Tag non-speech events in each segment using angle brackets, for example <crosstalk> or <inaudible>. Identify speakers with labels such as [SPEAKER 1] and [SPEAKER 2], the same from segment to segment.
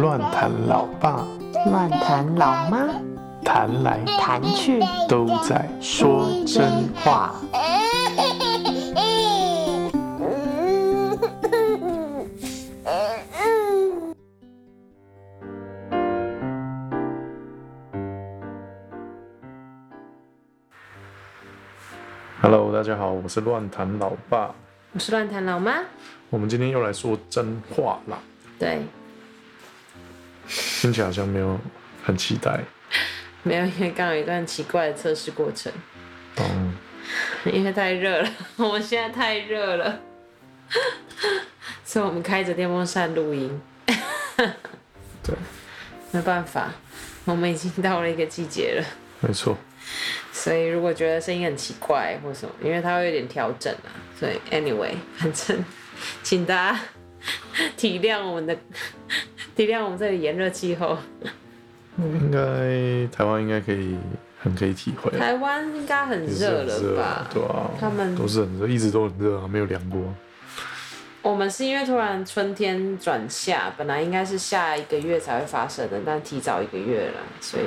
[SPEAKER 1] 乱弹老爸，
[SPEAKER 2] 乱弹老妈，
[SPEAKER 1] 弹来
[SPEAKER 2] 弹去
[SPEAKER 1] 都在说真话。Hello，大家好，我是乱弹老爸。
[SPEAKER 2] 我是乱弹老妈。
[SPEAKER 1] 我们今天又来说真话啦，
[SPEAKER 2] 对，
[SPEAKER 1] 听起来好像没有很期待。
[SPEAKER 2] 没有，因为刚有一段奇怪的测试过程，
[SPEAKER 1] 嗯，
[SPEAKER 2] 因为太热了， <laughs> 我们现在太热了， <laughs> 所以我们开着电风扇录音，
[SPEAKER 1] 对，
[SPEAKER 2] 没办法，我们已经到了一个季节了。
[SPEAKER 1] 没错。
[SPEAKER 2] 所以如果觉得声音很奇怪或什么，因为它会有点调整啊，所以 anyway，反正 <laughs> 请大家 <laughs> 体谅我们的， <laughs> 体谅我们这里炎热气候。
[SPEAKER 1] 应该台湾应该可以很可以体会，
[SPEAKER 2] 台湾应该很
[SPEAKER 1] 也是
[SPEAKER 2] 热
[SPEAKER 1] 很
[SPEAKER 2] 了吧？
[SPEAKER 1] 对啊，
[SPEAKER 2] 他们
[SPEAKER 1] 都是很热，一直都很热啊，没有凉过。
[SPEAKER 2] 我们是因为突然春天转夏，本来应该是下一个月才会发生的，但提早一个月了，所以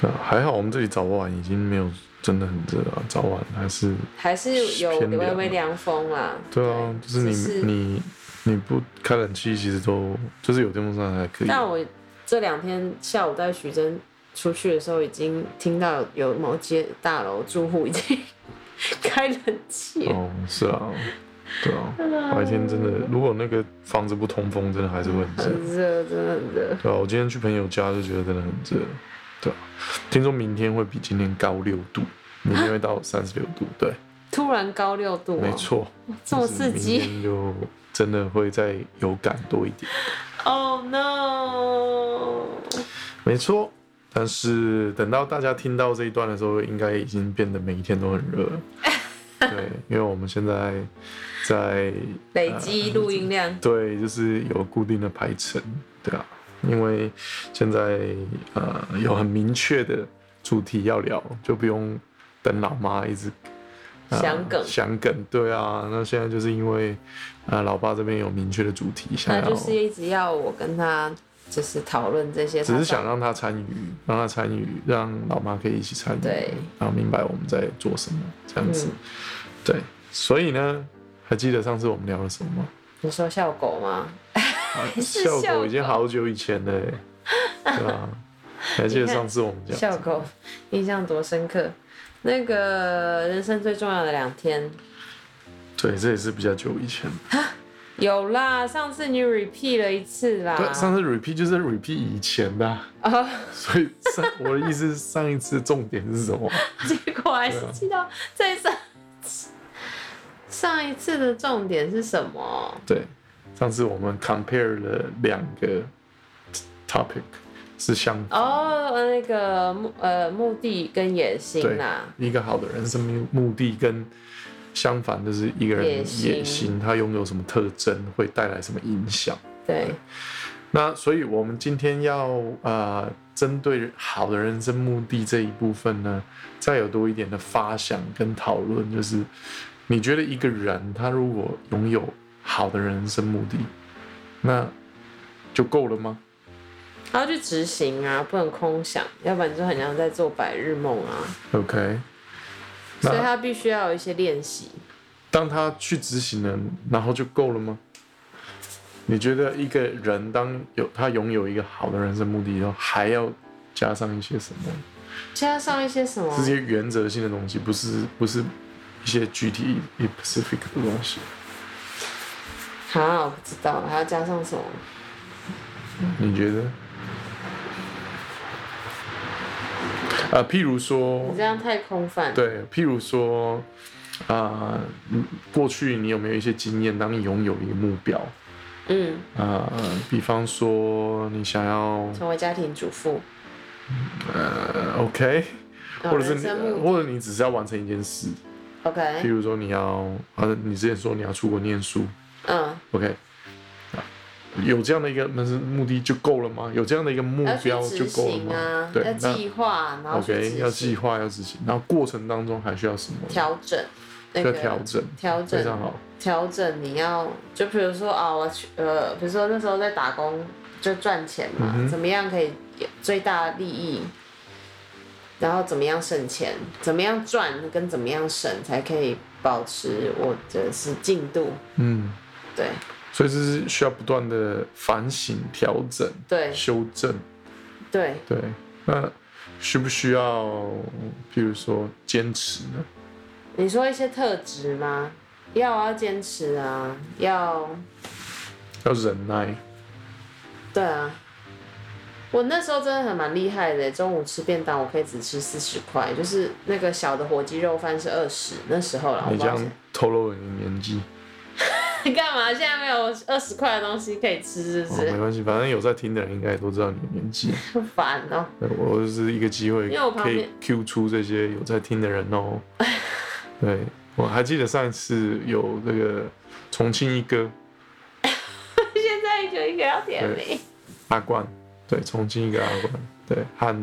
[SPEAKER 1] 对啊还好我们这里早晚已经没有真的很热啊，早晚还是
[SPEAKER 2] 还是有
[SPEAKER 1] 偏凉
[SPEAKER 2] 微微凉风啦。
[SPEAKER 1] 对啊，就是你
[SPEAKER 2] 只是
[SPEAKER 1] 你你不开冷气，其实都就是有电风扇还可以。
[SPEAKER 2] 但我这两天下午带徐峥出去的时候，已经听到有某些大楼住户已经 <laughs> 开冷气了。
[SPEAKER 1] 哦，是啊，对啊，白天真的，如果那个房子不通风，真的还是会很热。
[SPEAKER 2] 很热，真的很热。
[SPEAKER 1] 对啊，我今天去朋友家就觉得真的很热，对啊，听说明天会比今天高六度，明天会到三十六度，对，
[SPEAKER 2] 突然高六度、哦，
[SPEAKER 1] 没，错，
[SPEAKER 2] 这么刺
[SPEAKER 1] 就是
[SPEAKER 2] 激。
[SPEAKER 1] 明天就真的会再有感多一点，
[SPEAKER 2] Oh
[SPEAKER 1] 呃
[SPEAKER 2] no！
[SPEAKER 1] 没错。但是等到大家听到这一段的时候，应该已经变得每一天都很热
[SPEAKER 2] <laughs>
[SPEAKER 1] 了。对，因为我们现在在
[SPEAKER 2] 累积录音量，
[SPEAKER 1] 对，就是有固定的排程，对啊，因为现在呃有很明确的主题要聊，就不用等老妈一直、呃
[SPEAKER 2] 想梗
[SPEAKER 1] 想梗，对啊，那现在就是因为呃老爸这边有明确的主题，想
[SPEAKER 2] 他
[SPEAKER 1] 要、
[SPEAKER 2] 就是一直要我跟他就是讨论这些，
[SPEAKER 1] 只
[SPEAKER 2] 他
[SPEAKER 1] 是
[SPEAKER 2] 说
[SPEAKER 1] 想让他参与，让他参与，让老妈可以一起参与，
[SPEAKER 2] 对，
[SPEAKER 1] 然后明白我们在做什么这样子，
[SPEAKER 2] 嗯
[SPEAKER 1] 对，所以呢，还记得上次我们聊了什么吗？
[SPEAKER 2] 你说笑狗吗？
[SPEAKER 1] 啊
[SPEAKER 2] 是
[SPEAKER 1] 效
[SPEAKER 2] 效
[SPEAKER 1] 果已经
[SPEAKER 2] 果
[SPEAKER 1] 好久以前了
[SPEAKER 2] <laughs>
[SPEAKER 1] 欸，对啊，你还记得上次我们讲
[SPEAKER 2] 笑狗印象多深刻。那个人生最重要的两天，
[SPEAKER 1] 对，这也是比较久以前。
[SPEAKER 2] 有啦，上次你 repeat 了一次啦。
[SPEAKER 1] 对，上次 repeat 就是 repeat 以前的啊，
[SPEAKER 2] 啊，
[SPEAKER 1] 所以上 <laughs> 我的意思，是上一次重点是什么？
[SPEAKER 2] 结果还
[SPEAKER 1] 啊
[SPEAKER 2] 是记到再上上一次的重点是什么？
[SPEAKER 1] 对，上次我们 compare 了两个 topic 是相反
[SPEAKER 2] 哦、那个目呃目的跟野心啊
[SPEAKER 1] 对
[SPEAKER 2] 啦，
[SPEAKER 1] 一个好的人生目目的跟相反就是一个人
[SPEAKER 2] 野
[SPEAKER 1] 野
[SPEAKER 2] 心
[SPEAKER 1] 心，他拥有什么特征，会带来什么影响。
[SPEAKER 2] 对，
[SPEAKER 1] 那所以，我们今天要呃，针对好的人生目的这一部分呢，再有多一点的发想跟讨论，就是你觉得一个人他如果拥有好的人生目的，那就够了吗？
[SPEAKER 2] 然后去执行啊，不能空想，要不然就很像在做白日梦啊。
[SPEAKER 1] OK，
[SPEAKER 2] 所以
[SPEAKER 1] 那
[SPEAKER 2] 他必须要有一些练习。
[SPEAKER 1] 当他去执行了，然后就够了吗？你觉得一个人当有他拥有一个好的人生目的以后，还要加上一些什么？
[SPEAKER 2] 加上一些什么
[SPEAKER 1] 这？些原则性的东西，不是不是一些具体 specific 的东西。
[SPEAKER 2] 啊，我不知道还要加上什么。
[SPEAKER 1] 你觉得？呃，譬如说
[SPEAKER 2] 你，这样太空泛。
[SPEAKER 1] 对，譬如说，啊、嗯过去你有没有一些经验？当你拥有一个目标，
[SPEAKER 2] 嗯，
[SPEAKER 1] 啊、比方说你想要
[SPEAKER 2] 成为家庭主妇，
[SPEAKER 1] 呃 OK，
[SPEAKER 2] 哦
[SPEAKER 1] 或者是
[SPEAKER 2] 人
[SPEAKER 1] 你
[SPEAKER 2] 生
[SPEAKER 1] 呃
[SPEAKER 2] 目的
[SPEAKER 1] 或者你只是要完成一件事，譬
[SPEAKER 2] OK，
[SPEAKER 1] 如说你要啊，你之前说你要出国念书，
[SPEAKER 2] 嗯，
[SPEAKER 1] OK，啊有这样的一个那是目的就够了吗？有这样的一个目
[SPEAKER 2] 嗯要去
[SPEAKER 1] 标就
[SPEAKER 2] 执
[SPEAKER 1] 够了
[SPEAKER 2] 行
[SPEAKER 1] 吗？
[SPEAKER 2] 啊，
[SPEAKER 1] 对
[SPEAKER 2] 要，
[SPEAKER 1] 那
[SPEAKER 2] 计划，然后去
[SPEAKER 1] OK 要
[SPEAKER 2] 执
[SPEAKER 1] 计
[SPEAKER 2] 行
[SPEAKER 1] 划要执行，然后过程当中还需要什么？
[SPEAKER 2] 调整，那
[SPEAKER 1] 要
[SPEAKER 2] 个
[SPEAKER 1] 调整，
[SPEAKER 2] 调
[SPEAKER 1] 非常
[SPEAKER 2] 整
[SPEAKER 1] 好。
[SPEAKER 2] 调整，你要就比如说啊，我去呃，比如说那时候在打工。就赚钱
[SPEAKER 1] 嗯
[SPEAKER 2] 嘛，
[SPEAKER 1] 哼
[SPEAKER 2] 怎么样可以有最大利益，然后怎么样省钱，怎么样赚跟怎么样省才可以保持我的是进度，
[SPEAKER 1] 嗯，
[SPEAKER 2] 对
[SPEAKER 1] 所以这是需要不断的反省、调整、
[SPEAKER 2] 对
[SPEAKER 1] 修正。
[SPEAKER 2] 对，
[SPEAKER 1] 对，那需不需要，譬如说坚持呢？
[SPEAKER 2] 你说一些特质吗？要啊，坚持啊，要
[SPEAKER 1] 要忍耐。
[SPEAKER 2] 对啊，我那时候真的很蛮厉害的，中午吃便当我可以只吃四十块，就是那个小的火鸡肉饭是二十，那时候啦，我
[SPEAKER 1] 你
[SPEAKER 2] 不
[SPEAKER 1] 这
[SPEAKER 2] 知道
[SPEAKER 1] 样
[SPEAKER 2] 是
[SPEAKER 1] 透露你的年纪，
[SPEAKER 2] 你干嘛？现在没有二十块的东西可以吃，是不
[SPEAKER 1] 哦，
[SPEAKER 2] 是
[SPEAKER 1] 没？关系，反正有在听的人应该也都知道你的年
[SPEAKER 2] <laughs>
[SPEAKER 1] 纪。
[SPEAKER 2] 很烦哦、
[SPEAKER 1] 对我就是一个机会
[SPEAKER 2] 因为我，旁
[SPEAKER 1] 可以
[SPEAKER 2] 边
[SPEAKER 1] Q 出这些有在听的人
[SPEAKER 2] <laughs>
[SPEAKER 1] 哦。对，我还记得上一次有那个重庆一哥
[SPEAKER 2] 现在就一个要点名，
[SPEAKER 1] 阿冠，对，重庆一个阿冠，对，和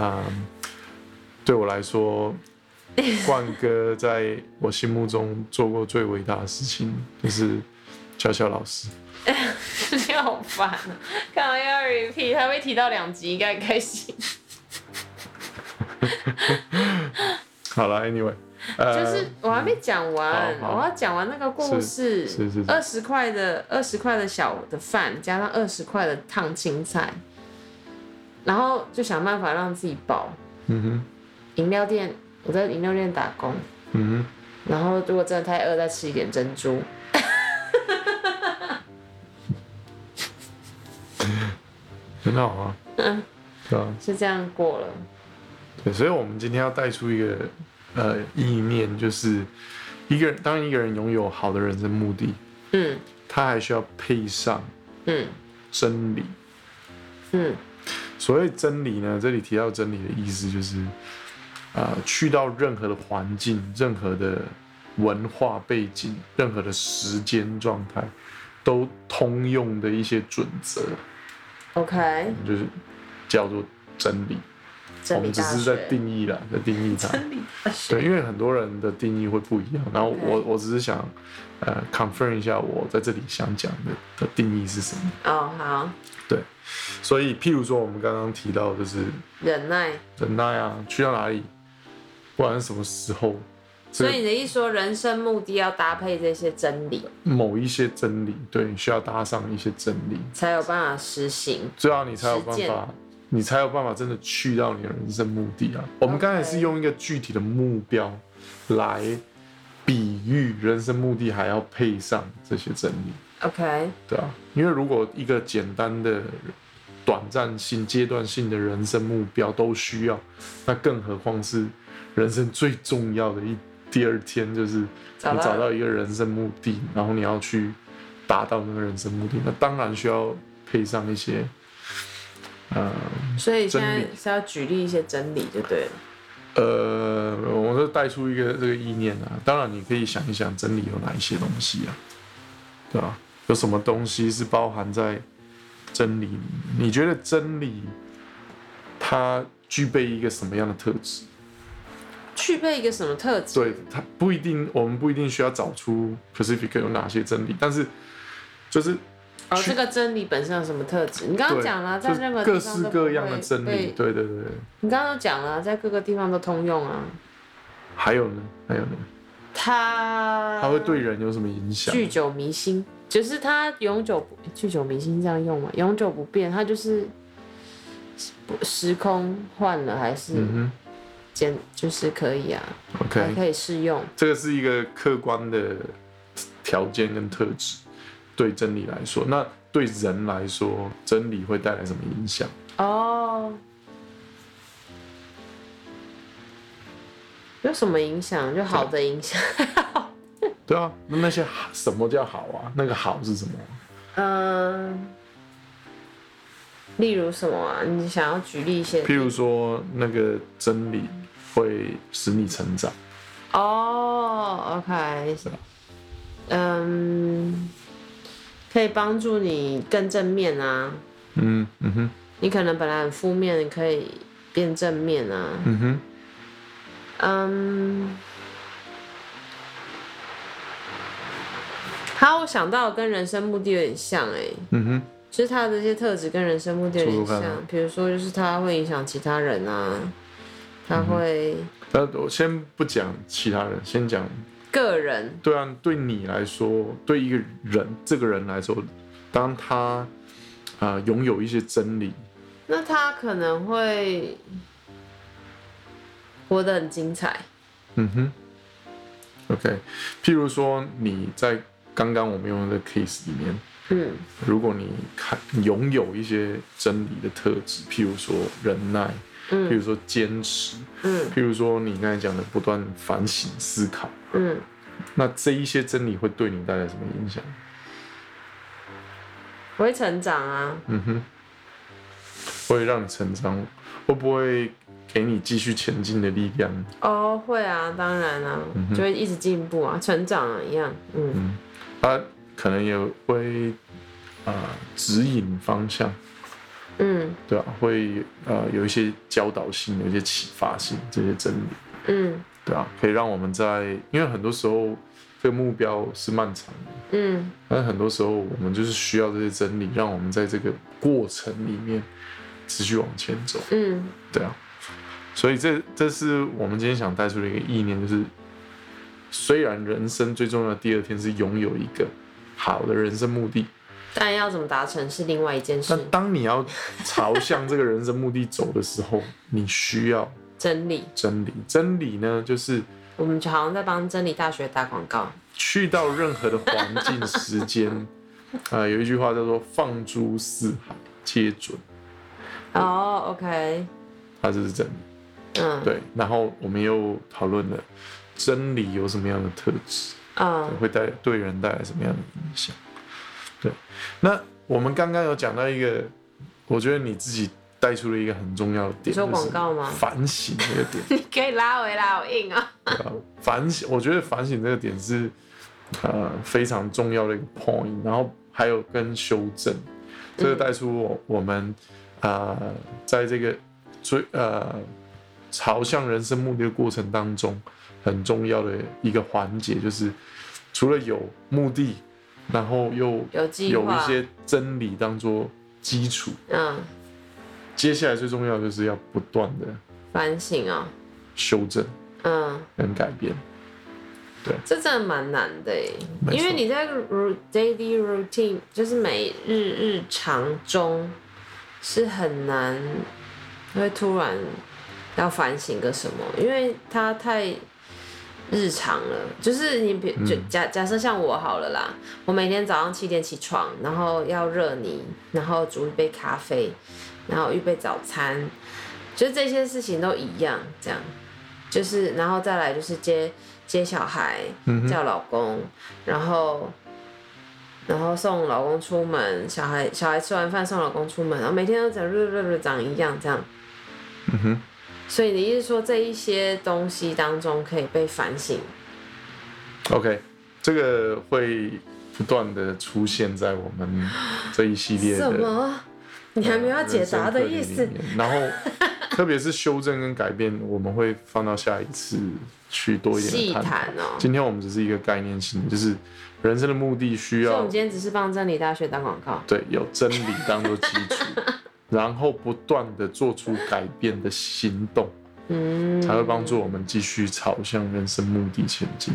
[SPEAKER 1] 啊、对我来说，冠哥在我心目中做过最伟大的事情就是悄悄老师。
[SPEAKER 2] <laughs> 你好烦哦、干嘛要 repeat？他被提到两集，应该很开心。
[SPEAKER 1] 好了，Anyway，呃，嗯
[SPEAKER 2] 就是我还没讲完，
[SPEAKER 1] 好好
[SPEAKER 2] 我要讲完那个故事
[SPEAKER 1] 是是是是，
[SPEAKER 2] 二十块的二十块的小的饭，加上二十块的烫青菜，然后就想办法让自己饱。
[SPEAKER 1] 嗯哼，
[SPEAKER 2] 饮料店，我在饮料店打工，
[SPEAKER 1] 嗯
[SPEAKER 2] 然后如果真的太饿，再吃一点珍珠。
[SPEAKER 1] 哼，很好啊，
[SPEAKER 2] 嗯，
[SPEAKER 1] 对啊，
[SPEAKER 2] 是这样过了。
[SPEAKER 1] 对，所以我们今天要带出一个呃意念，就是一个人，当一个人拥有好的人生目的，
[SPEAKER 2] 嗯
[SPEAKER 1] 他还需要配上
[SPEAKER 2] 嗯
[SPEAKER 1] 真理。
[SPEAKER 2] 嗯
[SPEAKER 1] 所谓真理呢，这里提到真理的意思就是，呃，去到任何的环境、任何的文化背景、任何的时间状态，都通用的一些准则，
[SPEAKER 2] ，OK，
[SPEAKER 1] 就是叫做真理。我
[SPEAKER 2] 真理
[SPEAKER 1] 们只
[SPEAKER 2] 大
[SPEAKER 1] 是在
[SPEAKER 2] 学。
[SPEAKER 1] 定义啦，在定义
[SPEAKER 2] <laughs>
[SPEAKER 1] 它。
[SPEAKER 2] 理大学。
[SPEAKER 1] 对，因为很多人的定义会不一样。然后我
[SPEAKER 2] OK
[SPEAKER 1] 我只是想，呃，confirm 一下我在这里想讲的的定义是什么。
[SPEAKER 2] 哦，好，
[SPEAKER 1] 对，所以譬如说我们刚刚提到就是
[SPEAKER 2] 忍耐。
[SPEAKER 1] 忍耐啊，去到哪里，不管是什么时候，这
[SPEAKER 2] 所
[SPEAKER 1] 个
[SPEAKER 2] 以你的意思说，人生目的要搭配这些真理，
[SPEAKER 1] 某一些真理，对，你需要搭上一些真理，
[SPEAKER 2] 才有办法实行。
[SPEAKER 1] 这样你才有办
[SPEAKER 2] 实践
[SPEAKER 1] 法，你才有办法真的去到你的人生目的啊。我们
[SPEAKER 2] OK
[SPEAKER 1] 刚才是用一个具体的目标来比喻人生目的，还要配上这些真理。
[SPEAKER 2] OK，
[SPEAKER 1] 对啊，因为如果一个简单的、短暂性、阶段性的人生目标都需要，那更何况是人生最重要的一第二天，就是
[SPEAKER 2] 找
[SPEAKER 1] 你
[SPEAKER 2] 到
[SPEAKER 1] 找到一个人生目的，然后你要去达到那个人生目的，那当然需要配上一些，呃
[SPEAKER 2] 所以现
[SPEAKER 1] 真
[SPEAKER 2] 在是要举例一些真理就对了。
[SPEAKER 1] 呃，我就带出一个这个意念啊。当然，你可以想一想真理有哪一些东西啊，对吧、有什么东西是包含在真理里？你觉得真理它具备一个什么样的特质？
[SPEAKER 2] 具备一个什么特质？
[SPEAKER 1] 对，它不一定，我们不一定需要找出 Pacific 有哪些真理，但是就是
[SPEAKER 2] 哦，
[SPEAKER 1] 去
[SPEAKER 2] 这个真理本身有什么特质？你刚刚
[SPEAKER 1] 对，
[SPEAKER 2] 讲了，啊
[SPEAKER 1] 就
[SPEAKER 2] 在
[SPEAKER 1] 是
[SPEAKER 2] 任何
[SPEAKER 1] 各
[SPEAKER 2] 地方
[SPEAKER 1] 式
[SPEAKER 2] 都
[SPEAKER 1] 各
[SPEAKER 2] 不
[SPEAKER 1] 样的
[SPEAKER 2] 会
[SPEAKER 1] 真理，
[SPEAKER 2] 被。
[SPEAKER 1] 对对对，对
[SPEAKER 2] 你刚刚都讲了，在各个地方都通用啊。
[SPEAKER 1] 还有呢，还有呢，
[SPEAKER 2] 它
[SPEAKER 1] 它会对人有什么影响？
[SPEAKER 2] 聚久弥新，就是它永久不聚久弥新这样用嘛，永久不变，它就是不时空换了还是
[SPEAKER 1] 嗯
[SPEAKER 2] 简、就是可以啊，
[SPEAKER 1] 哼，OK，
[SPEAKER 2] 还可以适用。
[SPEAKER 1] 这个是一个客观的条件跟特质，对真理来说，那对人来说，真理会带来什么影响？
[SPEAKER 2] 哦，有什么影响？就好的影响。
[SPEAKER 1] 对啊，那那些好什么叫好啊？那个好是什么？
[SPEAKER 2] 嗯，例如什么啊？你想要举例一些？
[SPEAKER 1] 譬如说，那个真理会使你成长，
[SPEAKER 2] 哦，OK，嗯，可以帮助你更正面啊。
[SPEAKER 1] 嗯嗯哼
[SPEAKER 2] 你可能本来很负面，可以变正面啊。
[SPEAKER 1] 嗯哼，
[SPEAKER 2] 嗯，好，我想到跟人生目的有点像哎、
[SPEAKER 1] 嗯哼，
[SPEAKER 2] 就是他的这些特质跟人生目的有
[SPEAKER 1] 说说
[SPEAKER 2] 点
[SPEAKER 1] 看啊
[SPEAKER 2] 像，比如说就是他会影响其他人啊，他会
[SPEAKER 1] 那我先不讲其他人，先讲
[SPEAKER 2] 个人，
[SPEAKER 1] 对啊，对你来说，对一个人这个人来说，当他啊拥、有一些真理，
[SPEAKER 2] 那他可能会活得很精彩，
[SPEAKER 1] 嗯哼，OK，譬如说你在刚刚我们用的 case 里面，
[SPEAKER 2] 嗯
[SPEAKER 1] 如果你看拥有一些真理的特质，譬如说忍耐，譬
[SPEAKER 2] 嗯
[SPEAKER 1] 如说坚持，
[SPEAKER 2] 嗯
[SPEAKER 1] 譬如说你刚才讲的不断反省思考，
[SPEAKER 2] 嗯，
[SPEAKER 1] 那这一些真理会对你带来什么影响？
[SPEAKER 2] 我会成长啊，
[SPEAKER 1] 嗯哼，会让你成长，会不会给你继续前进的力量？
[SPEAKER 2] 哦会啊，当然啊，就会一直进步啊，成长啊一样，嗯
[SPEAKER 1] 它可能也会啊、呃指引方向，
[SPEAKER 2] 嗯
[SPEAKER 1] 对吧、啊会呃有一些教导性，有一些启发性，这些真理，
[SPEAKER 2] 嗯
[SPEAKER 1] 对啊，可以让我们在，因为很多时候这个目标是漫长的，
[SPEAKER 2] 嗯
[SPEAKER 1] 但很多时候我们就是需要这些真理，让我们在这个过程里面持续往前走。
[SPEAKER 2] 嗯，
[SPEAKER 1] 对啊，所以这这是我们今天想带出的一个意念，就是虽然人生最重要的第二天是拥有一个好的人生目的，
[SPEAKER 2] 但要怎么达成是另外一件事
[SPEAKER 1] 但，当你要朝向这个人生目的走的时候，你需要
[SPEAKER 2] 真理。
[SPEAKER 1] 真理。真理呢，就是
[SPEAKER 2] 我们就好像在帮真理大学打广告。
[SPEAKER 1] 去到任何的环境、时间，
[SPEAKER 2] <laughs>
[SPEAKER 1] 啊、有一句话叫做“放诸四海皆准
[SPEAKER 2] 哦、o k ”，
[SPEAKER 1] 它就是真理。
[SPEAKER 2] 嗯，，
[SPEAKER 1] 对，然后我们又讨论了真理有什么样的特质。
[SPEAKER 2] 嗯，
[SPEAKER 1] 会带对人带来什么样的影响？对，那我们刚刚有讲到一个，我觉得你自己带出了一个很重要的点，
[SPEAKER 2] 你说
[SPEAKER 1] 就是
[SPEAKER 2] 广告吗
[SPEAKER 1] 反省这个点，
[SPEAKER 2] <laughs> 你可以拉回来，好硬啊、
[SPEAKER 1] 对吧反省，我觉得反省这个点是呃非常重要的一个 point，然后还有跟修正，这个
[SPEAKER 2] 嗯
[SPEAKER 1] 带出我我们呃在这个追呃朝向人生目的的过程当中，很重要的一个环节就是除了有目的，然后又
[SPEAKER 2] 有计
[SPEAKER 1] 有一
[SPEAKER 2] 划，
[SPEAKER 1] 些真理当做基础，
[SPEAKER 2] 嗯，
[SPEAKER 1] 接下来最重要的就是要不断的
[SPEAKER 2] 反省哦，
[SPEAKER 1] 修正
[SPEAKER 2] 嗯，
[SPEAKER 1] 跟改变。
[SPEAKER 2] 这真的蛮难的耶
[SPEAKER 1] 没错
[SPEAKER 2] 因为你在 ru- daily routine，就是每日日常中是很难会突然要反省个什么，因为它太日常了。就是你
[SPEAKER 1] 嗯
[SPEAKER 2] 比就假假设像我好了啦，我每天早上七点起床，然后要热泥，然后煮一杯咖啡，然后预备早餐，就是这些事情都一样，这样。就是，然后再来就是接接小孩，
[SPEAKER 1] 嗯哼
[SPEAKER 2] 叫老公，然后然后送老公出门，小孩小孩吃完饭送老公出门，然后每天都长日日日长一样这样。
[SPEAKER 1] 嗯哼。
[SPEAKER 2] 所以你意思说这一些东西当中可以被反省？
[SPEAKER 1] OK，这个会不断的出现在我们这一系列
[SPEAKER 2] 什
[SPEAKER 1] 的呃
[SPEAKER 2] 么？你还没有解答的意
[SPEAKER 1] 人
[SPEAKER 2] 思
[SPEAKER 1] 生？课题里面然后，特别是修正跟改变，我们会放到下一次去多一
[SPEAKER 2] 细
[SPEAKER 1] 点的讨。
[SPEAKER 2] 谈哦。
[SPEAKER 1] 今天我们只是一个概念性的，就是人生的目的需
[SPEAKER 2] 所以我
[SPEAKER 1] 要
[SPEAKER 2] 们今天只是帮真理大学打广告。
[SPEAKER 1] 对有真理当做基础，
[SPEAKER 2] <laughs>
[SPEAKER 1] 然后不断的做出改变的行动，
[SPEAKER 2] 嗯，
[SPEAKER 1] 才会帮助我们继续朝向人生目的前进。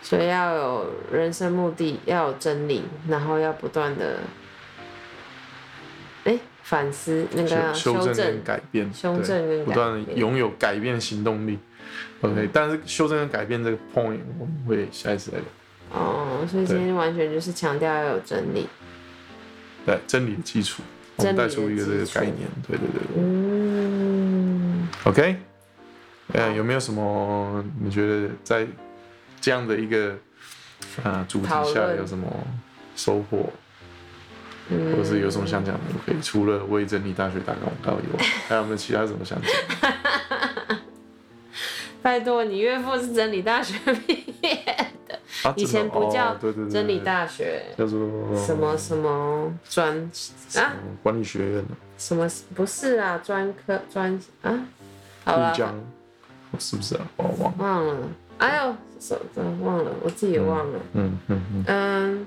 [SPEAKER 2] 所以要有人生目的，要有真理，然后要不断的，哎、反思那个啊
[SPEAKER 1] 修
[SPEAKER 2] 修
[SPEAKER 1] 正
[SPEAKER 2] 正
[SPEAKER 1] 跟，改变，
[SPEAKER 2] 修
[SPEAKER 1] 对
[SPEAKER 2] 正跟
[SPEAKER 1] 不
[SPEAKER 2] 改
[SPEAKER 1] 断地
[SPEAKER 2] 变嗯
[SPEAKER 1] 拥有改变行动力。OK，但是修正跟改变这个 point 我们会下一次来聊。
[SPEAKER 2] 哦，所以今天完全就是强调要有真理。
[SPEAKER 1] 对，真理的基础，我们
[SPEAKER 2] 真理的
[SPEAKER 1] 带出一个这个
[SPEAKER 2] 基础
[SPEAKER 1] 概念。对对对对
[SPEAKER 2] 嗯，
[SPEAKER 1] ，OK。呃，有没有什么你觉得在这样的一个啊主题
[SPEAKER 2] 讨
[SPEAKER 1] 下
[SPEAKER 2] 论
[SPEAKER 1] 有什么收获，
[SPEAKER 2] 嗯
[SPEAKER 1] 或者是有什么想讲的？可以除了为真理大学打广告以
[SPEAKER 2] <laughs>
[SPEAKER 1] 外，还有没有其他什么想讲？
[SPEAKER 2] 拜托，你岳父是真理大学毕业，
[SPEAKER 1] 啊，
[SPEAKER 2] 以前
[SPEAKER 1] 真的哦
[SPEAKER 2] 不叫
[SPEAKER 1] 对对对
[SPEAKER 2] 真理
[SPEAKER 1] 对
[SPEAKER 2] 大学
[SPEAKER 1] 叫做
[SPEAKER 2] 什么什么专啊
[SPEAKER 1] 嗯管理学院的。
[SPEAKER 2] 什么不是啊专科专啊，好
[SPEAKER 1] 故
[SPEAKER 2] 了，
[SPEAKER 1] 江，是不是啊？我忘了。
[SPEAKER 2] 忘了，哎
[SPEAKER 1] 嗯
[SPEAKER 2] 呦，什么忘了，我自己也忘了。
[SPEAKER 1] 嗯嗯嗯，
[SPEAKER 2] 嗯，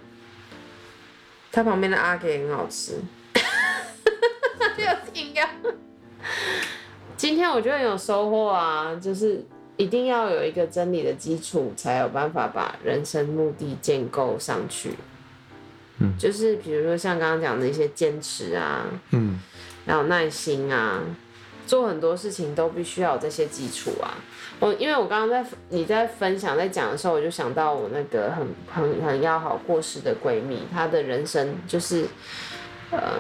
[SPEAKER 2] 它旁边的阿给很好吃， <laughs> 又硬要。今天我觉得有收获啊，就是一定要有一个真理的基础，才有办法把人生目的建构上去。
[SPEAKER 1] 嗯
[SPEAKER 2] 就是比如说像刚刚讲的一些坚持啊，
[SPEAKER 1] 嗯
[SPEAKER 2] 要有耐心啊，做很多事情都必须要有这些基础啊。我因为我刚刚在你在分享在讲的时候，我就想到我那个很很很要好过世的闺蜜，她的人生就是，呃，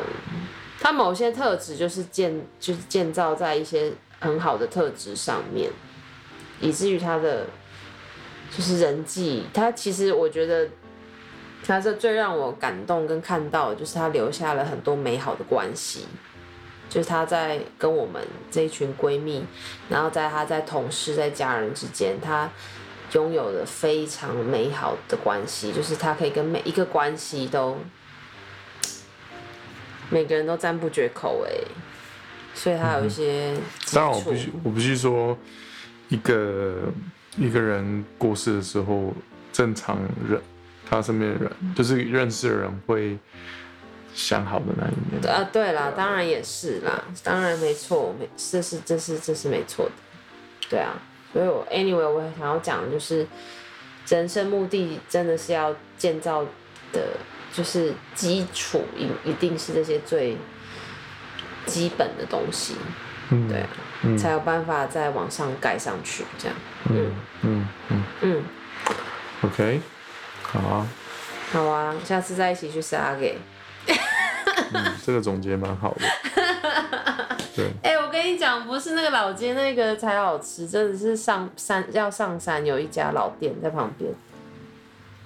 [SPEAKER 2] 她某些特质就是建就是建造在一些很好的特质上面，以至于她的就是人际，她其实我觉得。她是最让我感动跟看到的，就是她留下了很多美好的关系。就是她在跟我们这一群闺蜜，然后在她在同事、在家人之间，她拥有了非常美好的关系，就是她可以跟每一个关系都，每个人都赞不绝口哎，所以她有一些
[SPEAKER 1] 嗯
[SPEAKER 2] 基
[SPEAKER 1] 当然我
[SPEAKER 2] 础
[SPEAKER 1] 必，须我必须说，一个一个人过世的时候，正常人他身边的人，就是认识的人会想好的那一面。
[SPEAKER 2] 啊，对啦，当然也是啦，当然没错，没这是这是这是没错的，对啊，所以我 anyway 我想要讲的就是，人生目的真的是要建造的，就是基础一一定是这些最基本的东西，
[SPEAKER 1] 嗯，
[SPEAKER 2] 对啊，
[SPEAKER 1] 嗯
[SPEAKER 2] 才有办法再往上盖上去，这样，
[SPEAKER 1] 嗯嗯嗯
[SPEAKER 2] 嗯，
[SPEAKER 1] ，OK，好啊，
[SPEAKER 2] 好啊，下次再一起去撒给。
[SPEAKER 1] 嗯，这个总结蛮好的。对，
[SPEAKER 2] 哎、我跟你讲，不是那个老街那个才好吃，真的是上山要上山有一家老店在旁边。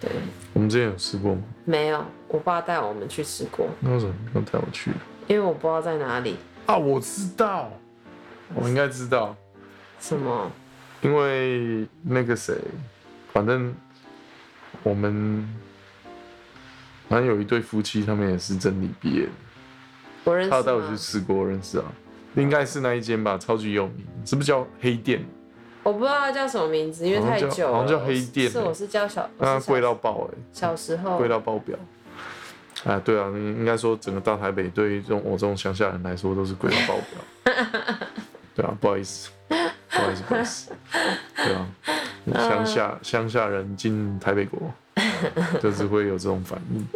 [SPEAKER 2] 对，
[SPEAKER 1] 我们之前有吃过吗？
[SPEAKER 2] 没有，我爸带我们去吃过，
[SPEAKER 1] 那为什么没有带我去？
[SPEAKER 2] 因为我不知道在哪里。
[SPEAKER 1] 啊，我知道，我应该知道，
[SPEAKER 2] 什么？
[SPEAKER 1] 因为那个谁，反正我们，反正有一对夫妻，他们也是真理毕业的，
[SPEAKER 2] 我认识
[SPEAKER 1] 他有带我去
[SPEAKER 2] 吗？
[SPEAKER 1] 吃过，我认识啊，应该是那一间吧，超级有名，是不是叫黑店？
[SPEAKER 2] 我不知道他叫什么名字，因为
[SPEAKER 1] 好像
[SPEAKER 2] 太
[SPEAKER 1] 叫
[SPEAKER 2] 久了。
[SPEAKER 1] 好像叫黑店
[SPEAKER 2] 是我是叫小，我是
[SPEAKER 1] 那
[SPEAKER 2] 小
[SPEAKER 1] 贵到爆哎、
[SPEAKER 2] 小时候
[SPEAKER 1] 贵到爆表。啊，对啊，应应该说整个大台北对于这种我这种乡下人来说都是贵到爆表。对啊，不好意思，不好意思，不好意思。对啊，乡下乡下人进台北国，就是会有这种反应。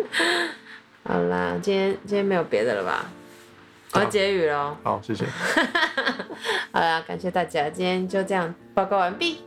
[SPEAKER 2] 好啦，今天今天没有别的了吧？我
[SPEAKER 1] 啊
[SPEAKER 2] 要结语喽。
[SPEAKER 1] 好，谢谢。
[SPEAKER 2] 好啦，感谢大家，今天就这样报告完毕。